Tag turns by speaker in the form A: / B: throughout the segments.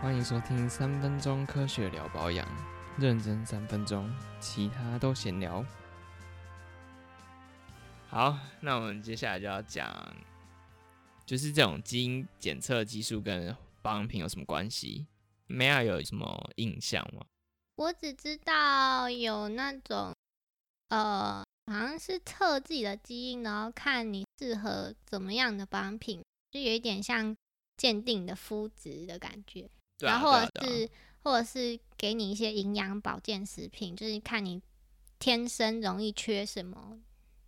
A: 欢迎收听三分钟科学聊保养，认真三分钟，其他都闲聊。好，那我们接下来就要讲，就是这种基因检测技术跟保养品有什么关系？梅亚有什么印象吗？
B: 我只知道有那种，呃，好像是测自己的基因，然后看你适合怎么样的保养品，就有一点像鉴定的肤质的感觉。
A: 对
B: 然
A: 啊，
B: 后或
A: 对
B: 者
A: 啊对啊
B: 是、或者是给你一些营养保健食品，就是看你天生容易缺什么，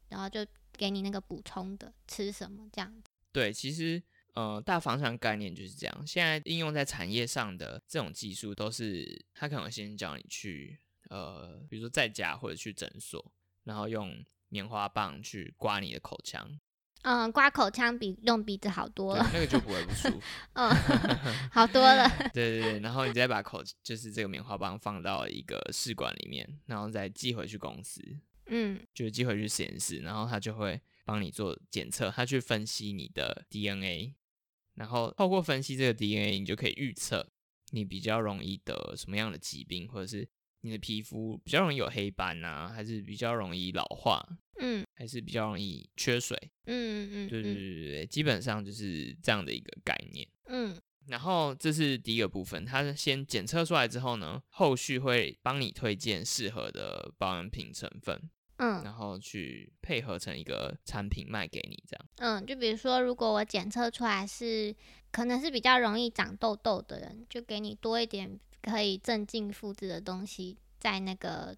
B: 然后就给你那个补充的，吃什么这样子。
A: 对，其实呃，大方向概念就是这样。现在应用在产业上的这种技术，都是他可能先叫你去呃，比如说在家或者去诊所，然后用棉花棒去刮你的口腔，
B: 嗯，刮口腔比用鼻子好多
A: 对
B: 了，，
A: 那个就不会不舒服。
B: 嗯， 好多了。
A: 对对对，然后你再把口就是这个棉花棒放到一个试管里面，然后再寄回去公司，
B: 嗯，
A: 就寄回去实验室，然后他就会帮你做检测，他去分析你的 DNA，然后透过分析这个 DNA，你就可以预测你比较容易得什么样的疾病，或者是你的皮肤比较容易有黑斑啊，还是比较容易老化，
B: 嗯
A: 还是比较容易缺水。
B: 嗯嗯，
A: 对对对
B: 嗯
A: 对对，基本上就是这样的一个概念。
B: 嗯
A: 然后这是第一个部分，它先检测出来之后呢，后续会帮你推荐适合的保养品成分。
B: 嗯
A: 然后去配合成一个产品卖给你，这样。
B: 嗯，就比如说，如果我检测出来是可能是比较容易长痘痘的人，就给你多一点可以镇静肤质的东西在那个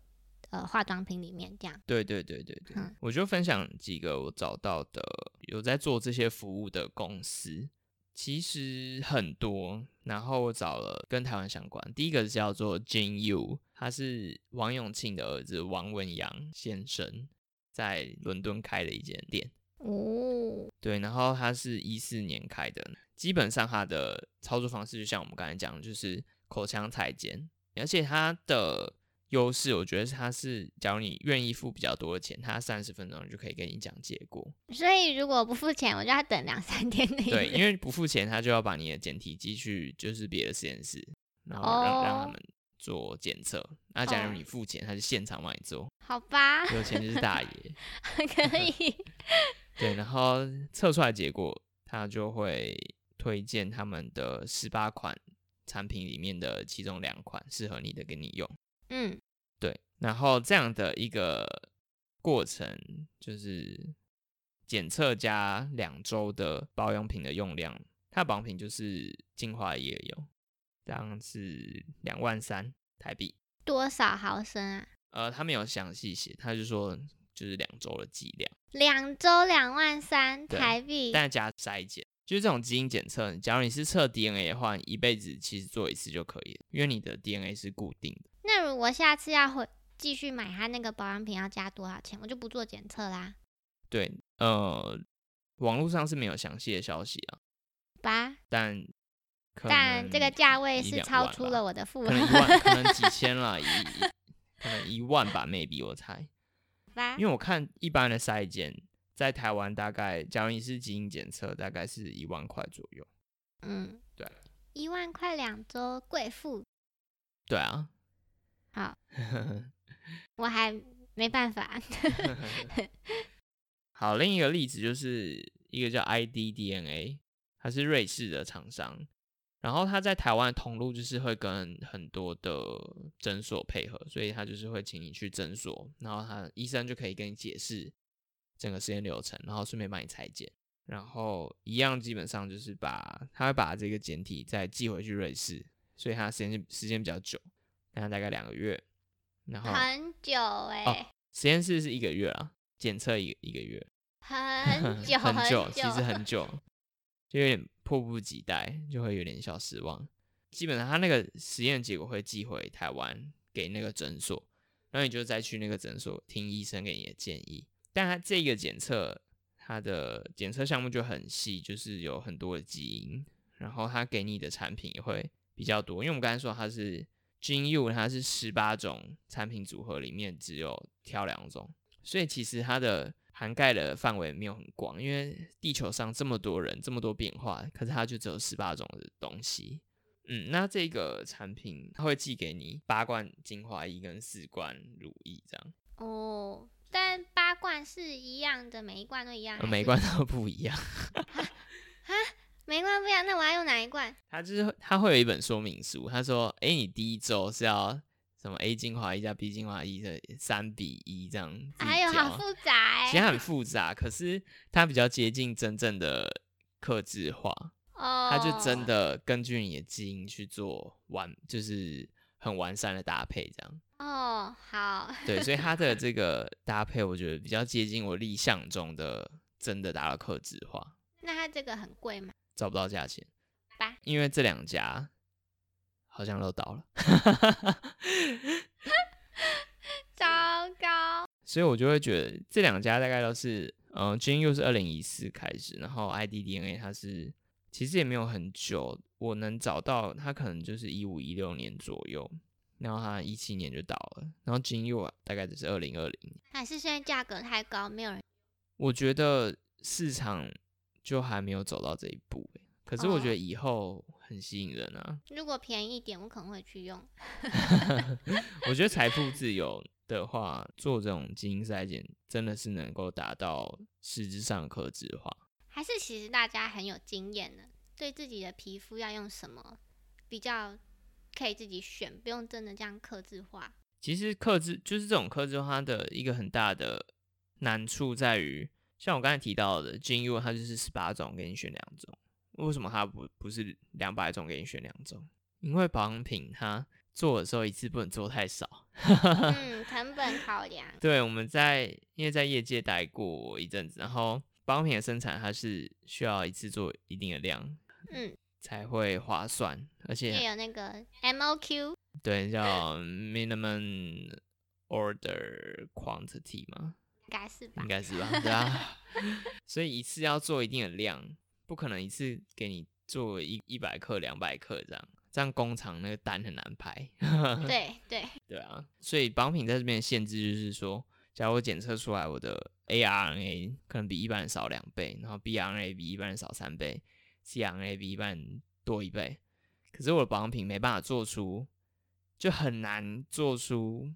B: 呃化妆品里面，这样。
A: 对对对对对，
B: 嗯
A: 我就分享几个我找到的有在做这些服务的公司，其实很多。然后我找了跟台湾相关，第一个是叫做 Jin Yu，他是王永庆的儿子王文洋先生在伦敦开的一间店。
B: 哦，
A: 对，然后它是一四年开的，基本上它的操作方式就像我们刚才讲的，就是口腔裁剪，而且它的优势，我觉得是它是，假如你愿意付比较多的钱，它三十分钟就可以跟你讲结果。
B: 所以如果不付钱，我就要等两三天的意思。
A: 对，因为不付钱，它就要把你的检体机去就是别的实验室，然后让、让他
B: 哦
A: 们做检测。那假如
B: 哦
A: 你付钱，它就现场帮你做，
B: 好吧，
A: 有钱就是大爷。
B: 可以。
A: 对，然后测出来结果，他就会推荐他们的十八款产品里面的其中两款适合你的给你用。
B: 嗯
A: 对，然后这样的一个过程就是检测加两周的保养品的用量，它的保养品就是精华液有，这样是两万三台币。
B: 多少毫升啊？
A: 呃，他没有详细写，他就说就是两周的剂量。
B: 两周两万三
A: 对
B: 台币。
A: 但加筛检，就是这种基因检测，假如你是测 DNA 的话，你一辈子其实做一次就可以了，因为你的 DNA 是固定的。
B: 那如果下次要回继续买它那个保养品，要加多少钱？我就不做检测啦。
A: 对，呃，网络上是没有详细的消息啊，
B: 吧，
A: 但可
B: 但这个
A: 能
B: 价位
A: 一
B: 是
A: 两
B: 超
A: 万
B: 出
A: 吧
B: 了我的负
A: 可能一
B: 荷
A: 万，可能几千啦，一可能一万吧，maybe 我猜，
B: 吧啊
A: 因。为我看一般的筛检。在台湾大概，假如你是基因检测，大概是一万块左右。
B: 嗯，
A: 对，
B: 一万块两周贵妇，
A: 对啊，
B: 好，我还没办法。
A: 好，另一个例子就是一个叫 IDDNA，它是瑞士的厂商，然后它在台湾的通路就是会跟很多的诊所配合，所以它就是会请你去诊所，然后他医生就可以跟你解释整个实验流程，然后顺便帮你裁剪，然后一样基本上就是把他会把这个简体再寄回去瑞士，所以它时间时间比较久，那大概两个月，然后
B: 很久哎、
A: 哦实验室是一个月啊，检测一一个月，
B: 很久
A: 很
B: 久，
A: 其实很久，就有点迫不及待，就会有点小失望。基本上他那个实验结果会寄回台湾给那个诊所，然后你就再去那个诊所听医生给你的建议。但他这个检测，它的检测项目就很细，就是有很多的基因，然后他给你的产品也会比较多，因为我们刚才说它是 Gen U，它是十八种产品组合里面只有挑两种，所以其实它的涵盖的范围没有很广，因为地球上这么多人，这么多变化，可是它就只有十八种的东西。嗯，那这个产品它会寄给你八罐精华液跟四罐乳液这样，
B: 哦，但八罐是一样的，每一罐都一样
A: 呃，每一罐都不一样。
B: 每一罐不一样，那我要用哪一罐？
A: 它就是它会有一本说明书，他说，哎、你第一周是要什么 A 精华液加 B 精华液的三比一这样自己
B: 啊还有
A: 交
B: 好复杂
A: 其实
B: 哎、
A: 很复杂，可是它比较接近真正的克制化，
B: 哦，
A: 它就真的根据你的基因去做完，就是很完善的搭配这样。
B: 哦，好，
A: 对，所以它的这个搭配，我觉得比较接近我理想中的真的达到克制化，
B: 那它这个很贵吗？
A: 找不到价钱
B: 吧，
A: 因为这两家好像都倒了。
B: 糟糕，
A: 所以我就会觉得这两家大概都是，嗯、呃、，GNU 是二零一四开始，然后 IDDNA 它是其实也没有很久，我能找到它可能就是一五一六年左右，然后它一七年就倒了，然后 GNU 啊大概就是二零二零，
B: 还是现在价格太高，没有人
A: 我觉得市场就还没有走到这一步、欸可是我
B: 哦
A: 觉得以后很吸引人啊，
B: 如果便宜一点，我可能会去用。
A: 我觉得财富自由的话，做这种基因筛检真的是能够达到实质上的克制化。
B: 还是其实大家很有经验的，对自己的皮肤要用什么比较可以自己选，不用真的这样克制 化。
A: 其实克制就是这种克制化的一个很大的难处在于，像我刚才提到的金 U，它就是十八种给你选两种，为什么它不不是两百种给你选两种？因为保养品它做的时候一次不能做太少。
B: 嗯，成本 考量。
A: 对，我们在因为在业界待过一阵子，然后保养品的生产它是需要一次做一定的量
B: 嗯，
A: 才会划算，而且
B: 也有那个 MOQ，
A: 对叫 minimum order quantity 嘛，
B: 应该是吧
A: 应？该是吧？对啊， 所以一次要做一定的量，不可能一次给你做一一百克、两百克这样，这样工厂那个单很难排。嗯
B: 对对，
A: 对啊，所以保养品在这边的限制就是说，假如我检测出来我的 ARNA 可能比一般人少两倍，然后 BRNA 比一般人少三倍，CRNA 比一般人多一倍，可是我的保养品没办法做出，就很难做出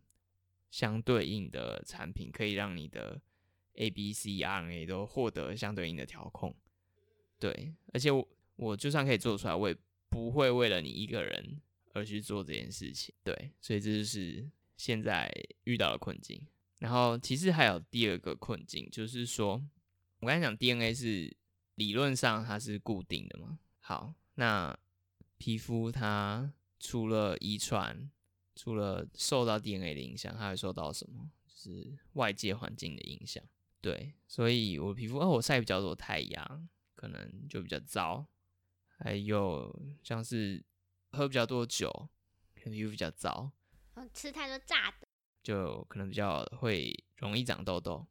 A: 相对应的产品，可以让你的 A、B、C、RNA 都获得相对应的调控。对，而且我我就算可以做出来，我也不会为了你一个人而去做这件事情。对，所以这就是现在遇到的困境。然后其实还有第二个困境，就是说我刚才讲 DNA 是理论上它是固定的嘛。好，那皮肤它除了遗传，除了受到 DNA 的影响，它还受到什么？就是外界环境的影响。对，所以我皮肤哦，我晒比较多太阳，可能就比较糟。还有像是喝比较多酒，可能皮肤比较糟，
B: 我吃太多炸的，
A: 就可能比较会容易长痘痘。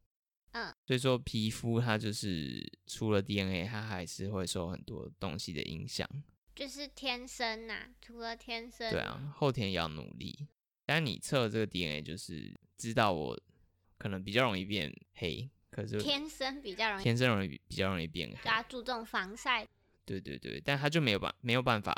B: 嗯，
A: 所以说皮肤它就是除了 DNA，它还是会受很多东西的影响。
B: 就是天生呐、除了天生，
A: 对啊，后天也要努力。但你测这个 DNA，就是知道我可能比较容易变黑，可是
B: 天生比较容易，
A: 天生容易比较容易变黑
B: 就。要注重防晒。
A: 对对对，但他就没有办没有办法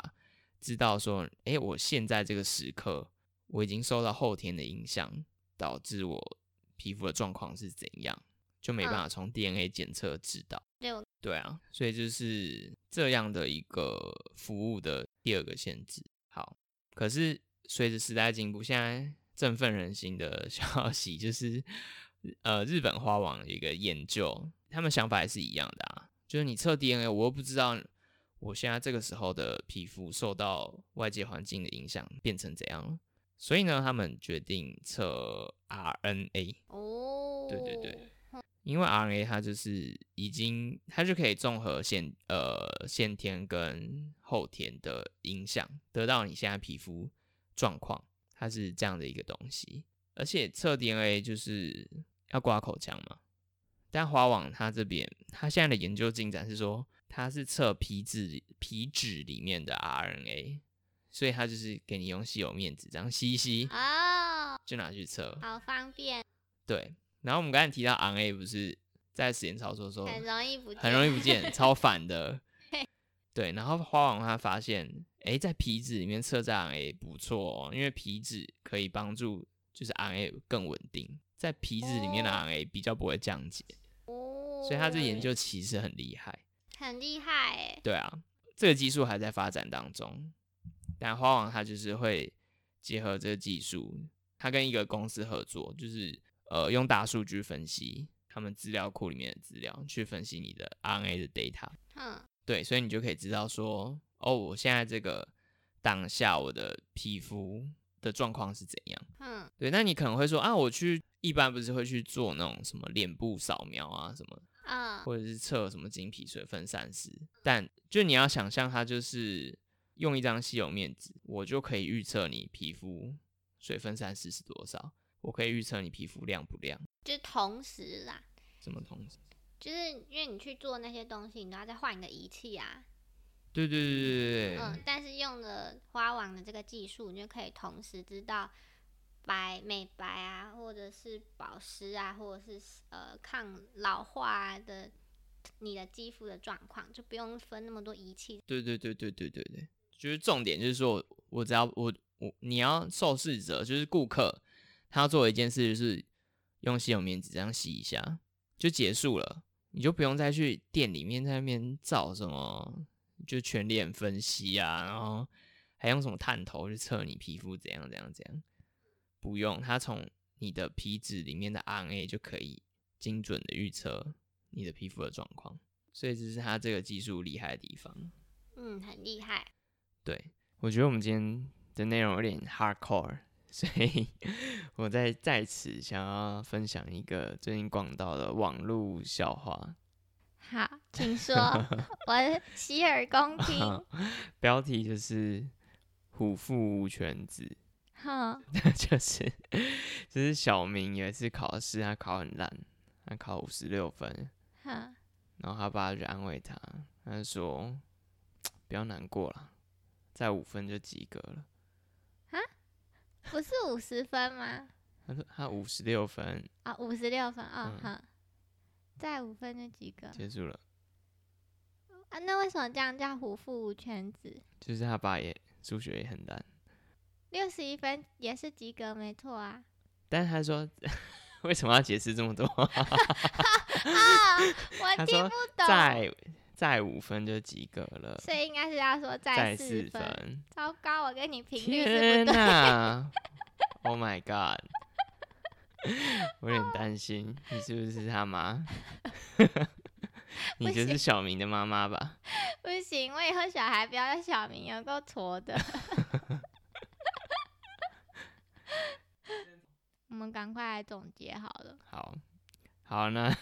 A: 知道说，哎，我现在这个时刻，我已经受到后天的影响，导致我皮肤的状况是怎样，就没办法从 DNA 检测知道。
B: 对我
A: 对啊，所以就是这样的一个服务的第二个限制。好，可是随着时代进步，现在振奋人心的 消息就是，呃，日本花王有一个研究，他们想法也是一样的啊，就是你测 DNA，我又不知道我现在这个时候的皮肤受到外界环境的影响变成怎样了，所以呢，他们决定测 RNA。
B: 哦，
A: 对对对，因为 RNA 它就是已经，它就可以综合先呃先天跟后天的影响，得到你现在皮肤状况，它是这样的一个东西。而且测 DNA 就是要刮口腔嘛，但花网它这边，它现在的研究进展是说，它是测皮质里皮脂里面的 RNA，所以它就是给你用吸油面纸这样吸一吸，
B: 哦，
A: 就拿去测。
B: 好方便，
A: 对，然后我们刚才提到 RNA 不是在实验操作的时候
B: 很容易不见，
A: 很容易不见，超烦的。对，然后花王他发现，哎、诶，在皮脂里面测在 RNA 不错哦，因为皮脂可以帮助就是 RNA 更稳定，在皮脂里面的
B: 哦
A: RNA 比较不会降解，
B: 哦，
A: 所以他这研究其实很厉害。
B: 很厉害哎，
A: 对啊，这个技术还在发展当中，但花王它就是会结合这个技术，它跟一个公司合作，就是呃用大数据分析他们资料库里面的资料，去分析你的 RNA 的 data。
B: 嗯，
A: 对，所以你就可以知道说，哦，我现在这个当下我的皮肤的状况是怎样。
B: 嗯，
A: 对，那你可能会说啊，我去一般不是会去做那种什么脸部扫描啊什么的，
B: 啊，
A: 或者是测什么经皮水分散失，但就你要想象它就是用一张稀有面纸，我就可以预测你皮肤水分散失是多少，我可以预测你皮肤亮不亮，
B: 就同时啦，
A: 什么东西。
B: 就是因为你去做那些东西，你都要再换一个仪器啊，
A: 对对对对对对，
B: 嗯，但是用了花网的这个技术，你就可以同时知道白美白啊，或者是保湿啊，或者是呃抗老化啊的你的肌肤的状况，就不用分那么多仪器。
A: 对对对对对对对，就是重点就是说我，我只要我我你要受试者就是顾客，他要做的一件事就是用吸油棉纸这样吸一下就结束了，你就不用再去店里面在那边照什么就全脸分析啊，然后还用什么探头去测你皮肤怎样怎样怎样，不用，它从你的皮脂里面的 RNA 就可以精准的预测你的皮肤的状况，所以这是它这个技术厉害的地方。
B: 嗯，很厉害。
A: 对，我觉得我们今天的内容有点 hardcore，所 以我在在此想要分享一个最近逛到的网络笑话，
B: 好， 请说，我洗耳恭 听。
A: 标题就是“虎父无犬子
B: 哼，”，
A: 就是就是小明有一次考试，他考很烂，他考五十六分，
B: 哼，
A: 然后他爸就安慰他，他就说：“不要难过了，再五分就及格了。”
B: 不是五十分吗？
A: 他说他五十六分
B: 啊、5五十六分啊，
A: 嗯
B: 哼、再五分就及格
A: 结束了。
B: 啊？那为什么这样叫虎父无犬子？
A: 就是他爸也数学也很烂，
B: 六十一分也是及格，没错啊。
A: 但是他说 为什么要解释这么多？
B: 啊，
A: 他
B: 我听
A: 说
B: 不懂，
A: 再再五分就及格了，
B: 所以应该是要说
A: 再
B: 四分。
A: 分，
B: 糟糕，我跟你频率是
A: 天
B: 不对。
A: 哪 ！Oh my god！我有点担心，你是不是他妈？ 你就是小明的妈妈吧？
B: 不行，我以后小孩不要叫小明，有够挫的。 我们赶快来总结好了。
A: 好，好，那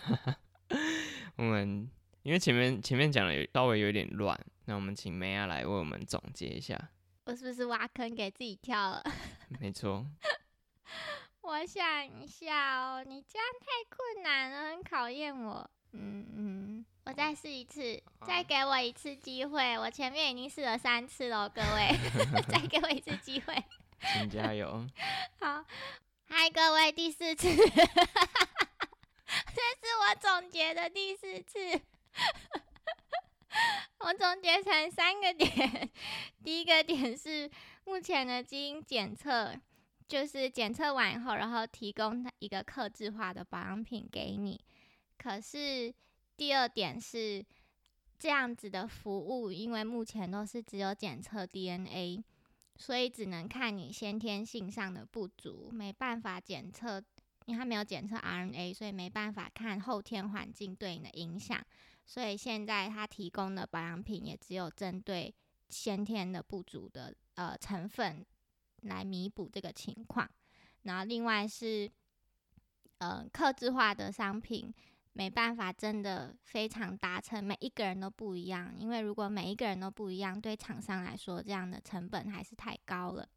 A: 我们因为前面前面讲的有稍微有点乱，那我们请梅亚来为我们总结一下。
B: 我是不是挖坑给自己跳了？
A: 没错。
B: 我想一下哦，你这样太困难了，很考验我。嗯嗯，我再试一次，
A: 好
B: 再给我一次机会。我前面已经试了三次了，各位， 再给我一次机会。
A: 请加油！
B: 好，嗨，各位，第四次， 这是我总结的第四次。 我总结成三个点，第一个点是目前的基因检测，就是检测完以后，然后提供它一个克制化的保养品给你。可是第二点是这样子的服务，因为目前都是只有检测 DNA，所以只能看你先天性上的不足，没办法检测，因为它没有检测 RNA，所以没办法看后天环境对你的影响。所以现在它提供的保养品也只有针对先天的不足的呃成分来弥补这个情况。然后另外是，呃，克制化的商品没办法真的非常达成，每一个人都不一样。因为如果每一个人都不一样，对厂商来说这样的成本还是太高了。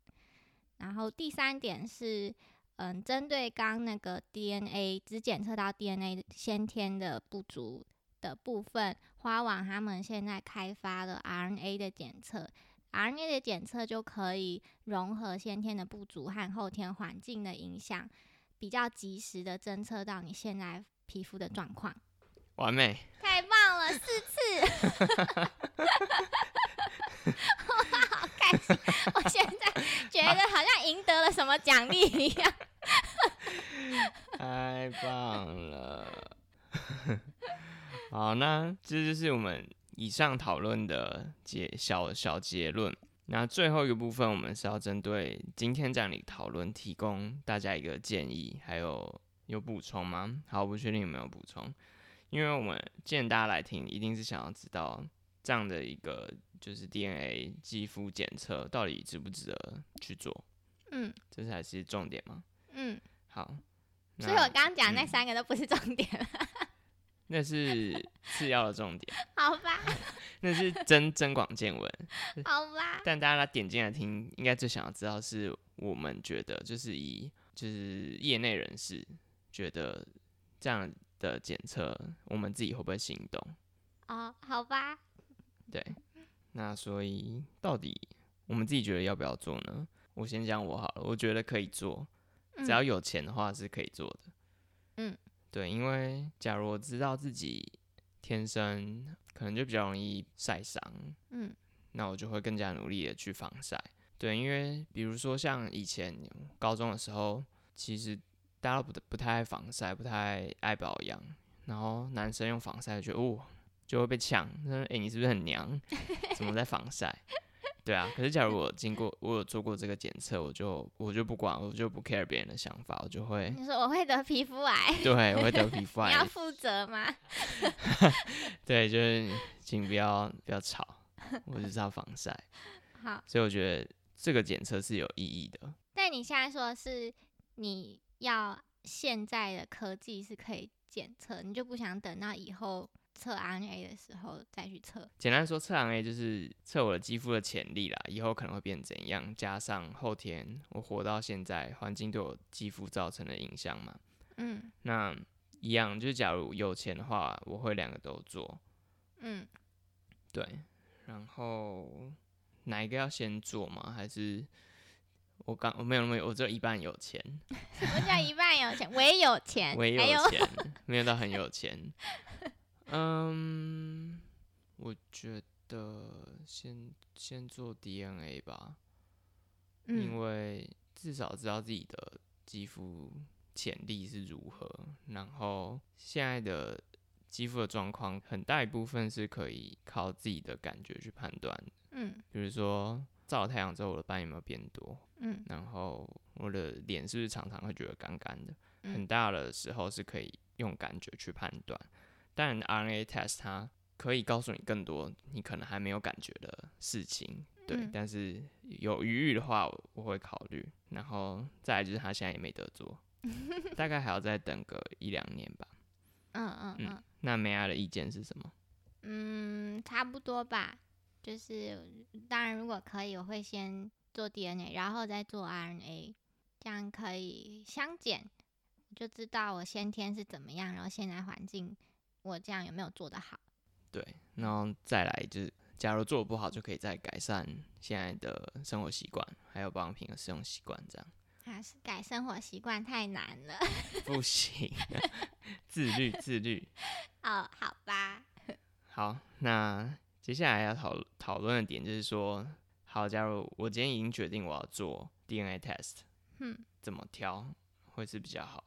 B: 然后第三点是，嗯，针对刚那个 DNA 只检测到 DNA 的先天的不足的部分，花网他们现在开发了 RNA 的检测。RNA 的检测就可以融合先天的不足和后天环境的影响，比较及时的侦测到你现在皮肤的状 况。
A: 完美，
B: 太棒了，四次，我好我现在觉得好像赢得了什么奖励一样。
A: 太棒了！ 好，那这就是我们以上讨论的结小小结论。那最后一个部分，我们是要针对今天这样的讨论提供大家一个建议，还有有补充吗？好，我不确定有没有补充，因为我们建议大家来听，一定是想要知道这样的一个就是 DNA 肌肤检测到底值不值得去做，
B: 嗯
A: 这才是重点吗？
B: 嗯，
A: 好，
B: 所以我
A: 那
B: 刚刚讲那
A: 嗯
B: 三个都不是重点了，
A: 那是次要的重点，
B: 好吧，
A: 那是增增广见闻。
B: 好吧，
A: 但大家点进来听，应该最想要知道是我们觉得，就是以就是业内人士觉得这样的检测，我们自己会不会心动？
B: 哦，好吧，
A: 对，那所以到底我们自己觉得要不要做呢？我先讲我好了，我觉得可以做，
B: 嗯
A: 只要有钱的话是可以做的。
B: 嗯，
A: 对，因为假如我知道自己天生可能就比较容易晒伤，
B: 嗯
A: 那我就会更加努力的去防晒。对，因为比如说像以前高中的时候，其实大家不不太爱防晒，不太爱保养，然后男生用防晒就哦就会被呛，说哎、诶你是不是很 娘？怎么在防晒？对啊，可是假如我经过我有做过这个检测，我就我就不管，我就不 care 别人的想法，我就 会
B: 你说我会得皮肤癌，
A: 对我会得皮肤
B: 你要
A: 癌，
B: 负责吗？
A: 对，就是请不要不要吵，我就是要防晒，
B: 好，
A: 所以我觉得这个检测是有意义的。
B: 但你现在说的是你要现在的科技是可以检测，你就不想等到以后测 RNA 的时候再去测。
A: 简单说，测 RNA 就是测我的肌肤的潜力啦，以后可能会变怎样，加上后天我活到现在，环境对我肌肤造成的影响嘛。
B: 嗯
A: 那一样，就是假如有钱的话，我会两个都做。
B: 嗯，
A: 对，然后哪一个要先做吗？还是我刚我没有那么有，我只有一半有钱，
B: 什么叫一半有钱？ 唯有钱，
A: 我也
B: 哎还
A: 有钱，没有到很有钱。嗯，我觉得先先做 DNA 吧。因
B: 嗯
A: 为至少知道自己的肌肤潜力是如何，然后现在的肌肤的状况很大一部分是可以靠自己的感觉去判断，
B: 嗯
A: 比如说照了太阳之后我的斑有没有变多，
B: 嗯
A: 然后我的脸是不是常常会觉得干干的，
B: 嗯
A: 很大的时候是可以用感觉去判断，当然 RNA test 它可以告诉你更多你可能还没有感觉的事情，对，
B: 嗯
A: 但是有余裕的话我我会考虑，然后再来就是他现在也没得 做，大概还要再等个一两年吧。
B: 嗯嗯嗯
A: 嗯，那梅亚的意见是什么？
B: 嗯，差不多吧。就是当然，如果可以，我会先做 DNA，然后再做 RNA，这样可以相减，我就知道我先天是怎么样，然后现在环境我这样有没有做得好。
A: 对，然后再来就是。假如做得不好，就可以再改善现在的生活习惯，还有保养品的使用习惯，这样。
B: 还啊是改生活习惯太难了。
A: 不行， 自律自律。
B: 哦，好吧，
A: 好，那接下来要讨讨论的点就是说，好，假如我今天已经决定我要做 DNA test，
B: 嗯
A: 怎么挑会是比较好？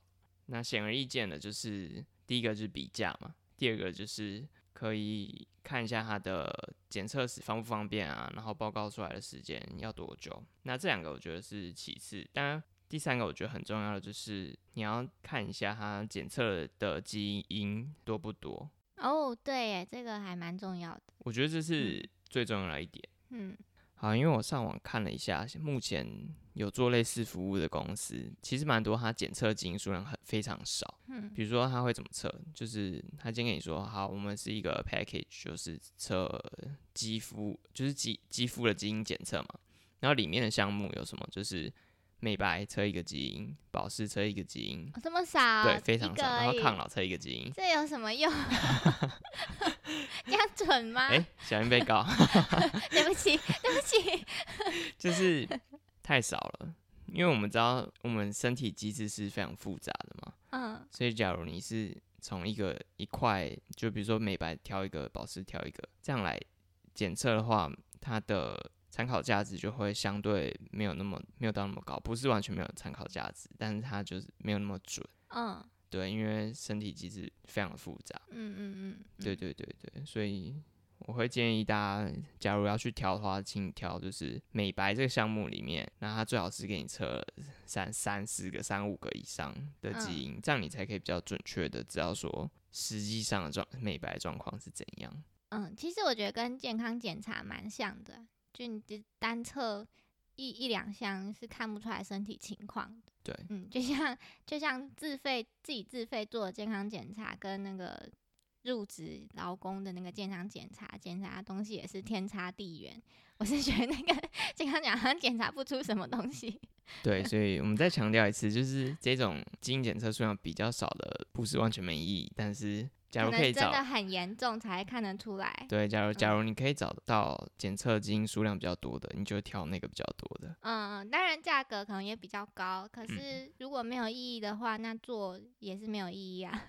A: 那显而易见的就是，第一个就是比价嘛，第二个就是可以看一下它的检测时方不方便啊，然后报告出来的时间要多久。那这两个我觉得是其次，当然第三个我觉得很重要的就是你要看一下它检测的基因多不多，
B: 哦，对耶，这个还蛮重要的。
A: 我觉得这是最重要的一点。
B: 嗯
A: 好，因为我上网看了一下，目前有做类似服务的公司，其实蛮多，它检测基因数量很非常少。
B: 嗯
A: 比如说，它会怎么测？就是它今天跟你说，好，我们是一个 package，就是测肌肤，就是肌肌肤的基因检测嘛。然后里面的项目有什么？就是美白测一个基因，保湿测一个基因，
B: 哦这么少，
A: 对，非常
B: 一
A: 少。
B: 个
A: 然后
B: 而已
A: 抗老测一个基因。
B: 这有什 么用？ 这样准吗？
A: 哎、小心被告。
B: 对不起，对不起。
A: 就是太少了，因为我们知道我们身体机制是非常复杂的嘛，
B: 嗯
A: 所以假如你是从一个一块，就比如说美白挑一个，保湿挑一个，这样来检测的话，它的参考价值就会相对没有那么没有到那么高，不是完全没有参考价值，但是它就是没有那么准。
B: 嗯
A: 对，因为身体机制非常的复杂。
B: 嗯嗯嗯，嗯
A: 对，对对对，所以我会建议大家，假如要去挑的话，请挑就是美白这个项目里面，那它最好是给你测三三四个、三五个以上的
B: 嗯
A: 基因，这样你才可以比较准确的知道说实际上的状美白状况是怎样。
B: 嗯，其实我觉得跟健康检查蛮像的，就你只单测一一两项是看不出来身体情况的。
A: 对，
B: 嗯，就像就像自费自己自费做的健康检查，跟那个入职劳工的那个健康检查，检查的东西也是天差地远。我是觉得那个 健康检查好像检查不出什么东西。
A: 对，所以我们再强调一次，就是这种基因检测数量比较少的，不是完全没意义，但是假如
B: 可
A: 可以
B: 能真
A: 找
B: 的嗯很严重才看得出来。
A: 对，假如假如你可以找到检测基因数量比较多的，你就挑那个比较多的。
B: 嗯，当然价格可能也比较高，可
A: 嗯
B: 是如果没有意义的话，那做也是没有意义啊。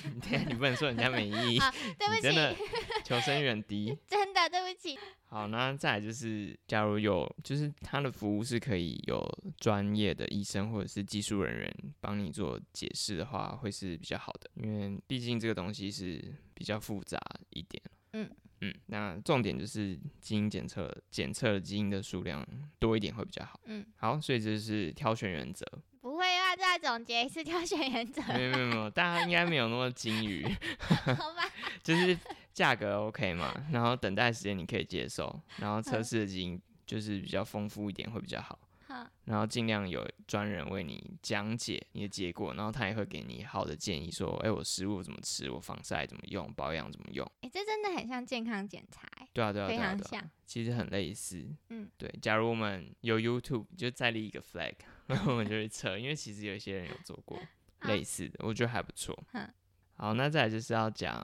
A: 对啊，你不能说人家没意义，
B: 啊对不
A: 你真的
B: 起，
A: 求生远敌。
B: 真的对不起。
A: 好，那再来就是，假如有就是他的服务是可以有专业的医生或者是技术人员帮你做解释的话，会是比较好的，因为毕竟这个东西是比较复杂一点。
B: 嗯
A: 嗯，那重点就是基因检测，检测的基因的数量多一点会比较好。
B: 嗯，
A: 好，所以这就是挑选原则。
B: 不会要再总结一次挑选原则，
A: 没有没有没有，大家应该没有那么精于。
B: 好吧？
A: 就是价格 OK 嘛，然后等待时间你可以接受，然
B: 嗯
A: 后测试的基因就是比较丰富一点会比较好，
B: 好。
A: 然后尽量有专人为你讲解你的结果，然后他也会给你好的建议，说，哎、我食物怎么吃，我防晒怎么用，保养怎么用，
B: 哎、这真的很像健康检查、欸，
A: 对啊对啊
B: 非
A: 对啊，
B: 常
A: 对啊
B: 像。
A: 其实很类似，
B: 嗯，
A: 对。假如我们有 YouTube，就再立一个 flag，然 后我们就会测，因为其实有一些人有做过
B: 啊
A: 类似的，我觉得还不错
B: 哼。
A: 好，那再来就是要讲，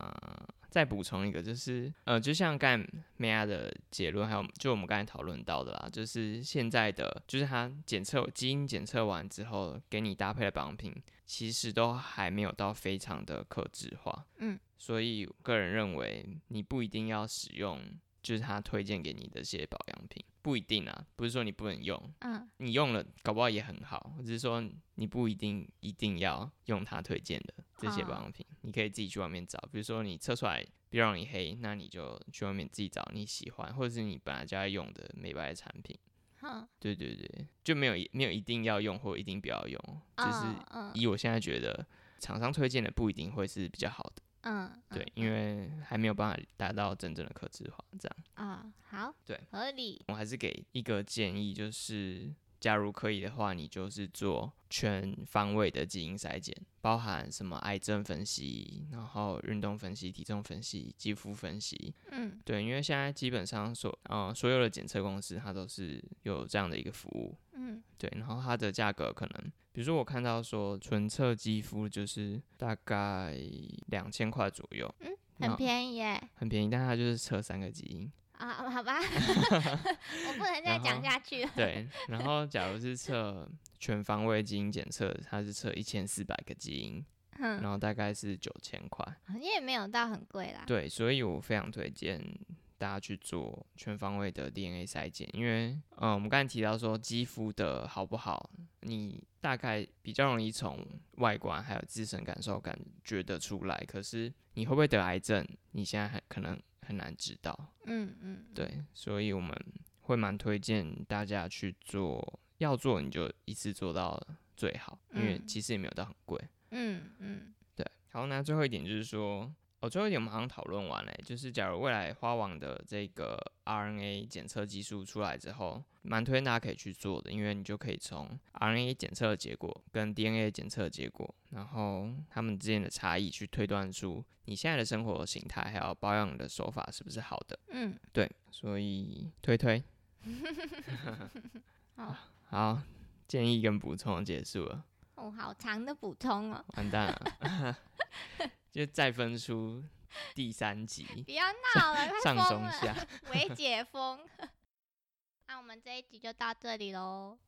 A: 再补充一个，就是呃，就像刚才梅亚的结论，还有就我们刚才讨论到的啦，就是现在的，就是它检测基因检测完之后，给你搭配的保养品，其实都还没有到非常的克制化，
B: 嗯，
A: 所以我个人认为你不一定要使用，就是他推荐给你的这些保养品，不一定啊，不是说你不能用，
B: 嗯
A: 你用了搞不好也很好，只是说你不一定一定要用他推荐的这些保
B: 哦
A: 养品，你可以自己去外面找，比如说你测出来比较容易黑，那你就去外面自己找你喜欢，或者是你本来就在用的美白的产品，
B: 哼，
A: 对对对，就没有没有一定要用或一定不要用，就是
B: 嗯嗯
A: 以我现在觉得，厂商推荐的不一定会是比较好的，
B: 嗯，
A: 对，因为还没有办法达到真正的克制化。这样，
B: 啊、好，
A: 对，
B: 合理，
A: 我还是给一个建议，就是假如可以的话，你就是做全方位的基因筛检，包含什么癌症分析，然后运动分析、体重分析、肌肤分析，
B: 嗯
A: 对，因为现在基本上所呃所有的检测公司它都是有这样的一个服务，
B: 嗯
A: 对，然后它的价格可能，比如说我看到说纯测肌肤就是大概两千块左右，
B: 嗯，
A: 那
B: 很便宜耶、
A: 很便宜，但它就是测三个基因。
B: 啊，好 吧，我不能再
A: 然后
B: 讲下去了，
A: 对，然后假如是测全方位基因检测，它是测一千四百个基因，然
B: 嗯，啊
A: 后大概是九千块。
B: 你也没有到很贵啦，
A: 对，所以我非常推荐大家去做全方位的 DNA 筛检，因为，呃，我们刚才提到说肌肤的好不好，你大概比较容易从外观还有自身感受感觉得出来，可是你会不会得癌症，你现在很可能很难知道。
B: 嗯嗯，
A: 对，所以我们会蛮推荐大家去做，要做你就一次做到最好，因为
B: 嗯
A: 其实也没有到很贵。
B: 嗯嗯
A: 对，好，那最后一点就是说，哦，最后一点我们好像讨论完了，欸就是假如未来花王的这个 RNA 检测技术出来之后，蛮推荐大家可以去做的，因为你就可以从 RNA 检测的结果跟 DNA 检测的结果，然后它们之间的差异去推断出你现在的生活形态还有保养的手法是不是好的。
B: 嗯，
A: 对，所以推推。
B: 好
A: 好，建议跟补充结束了。
B: 哦，好长的补充哦，
A: 完蛋了， 就再分出第三集
B: 不要闹了，快
A: 上
B: 疯
A: 中
B: 了，
A: 下。
B: 微解封。 那我们这一集就到这里喽，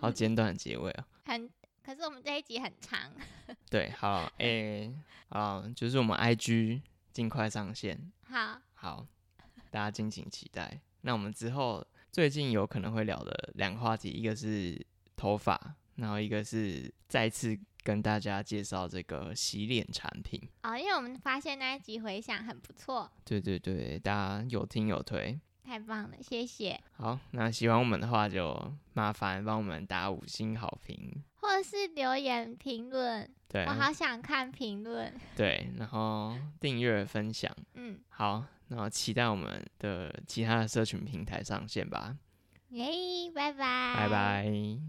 A: 好简短的结尾哦。
B: 很，可是我们这一集很长，
A: 对，好，诶、啊，就是我们 IG 尽快上线，
B: 好，
A: 好，大家敬请期待。那我们之后最近有可能会聊的两个话题，一个是头发，然后一个是再次跟大家介绍这个洗脸产品。
B: 哦，因为我们发现那一集回响很不错，
A: 对对对，大家有听有推。
B: 太棒了，谢谢。
A: 好，那喜欢我们的话，就麻烦帮我们打五星好评。
B: 或是留言评论，
A: 对
B: 我，好想看评论。
A: 对，然后订阅分享。
B: 嗯，
A: 好，然后期待我们的其他的社群平台上线吧。
B: 耶，拜拜，
A: 拜。拜。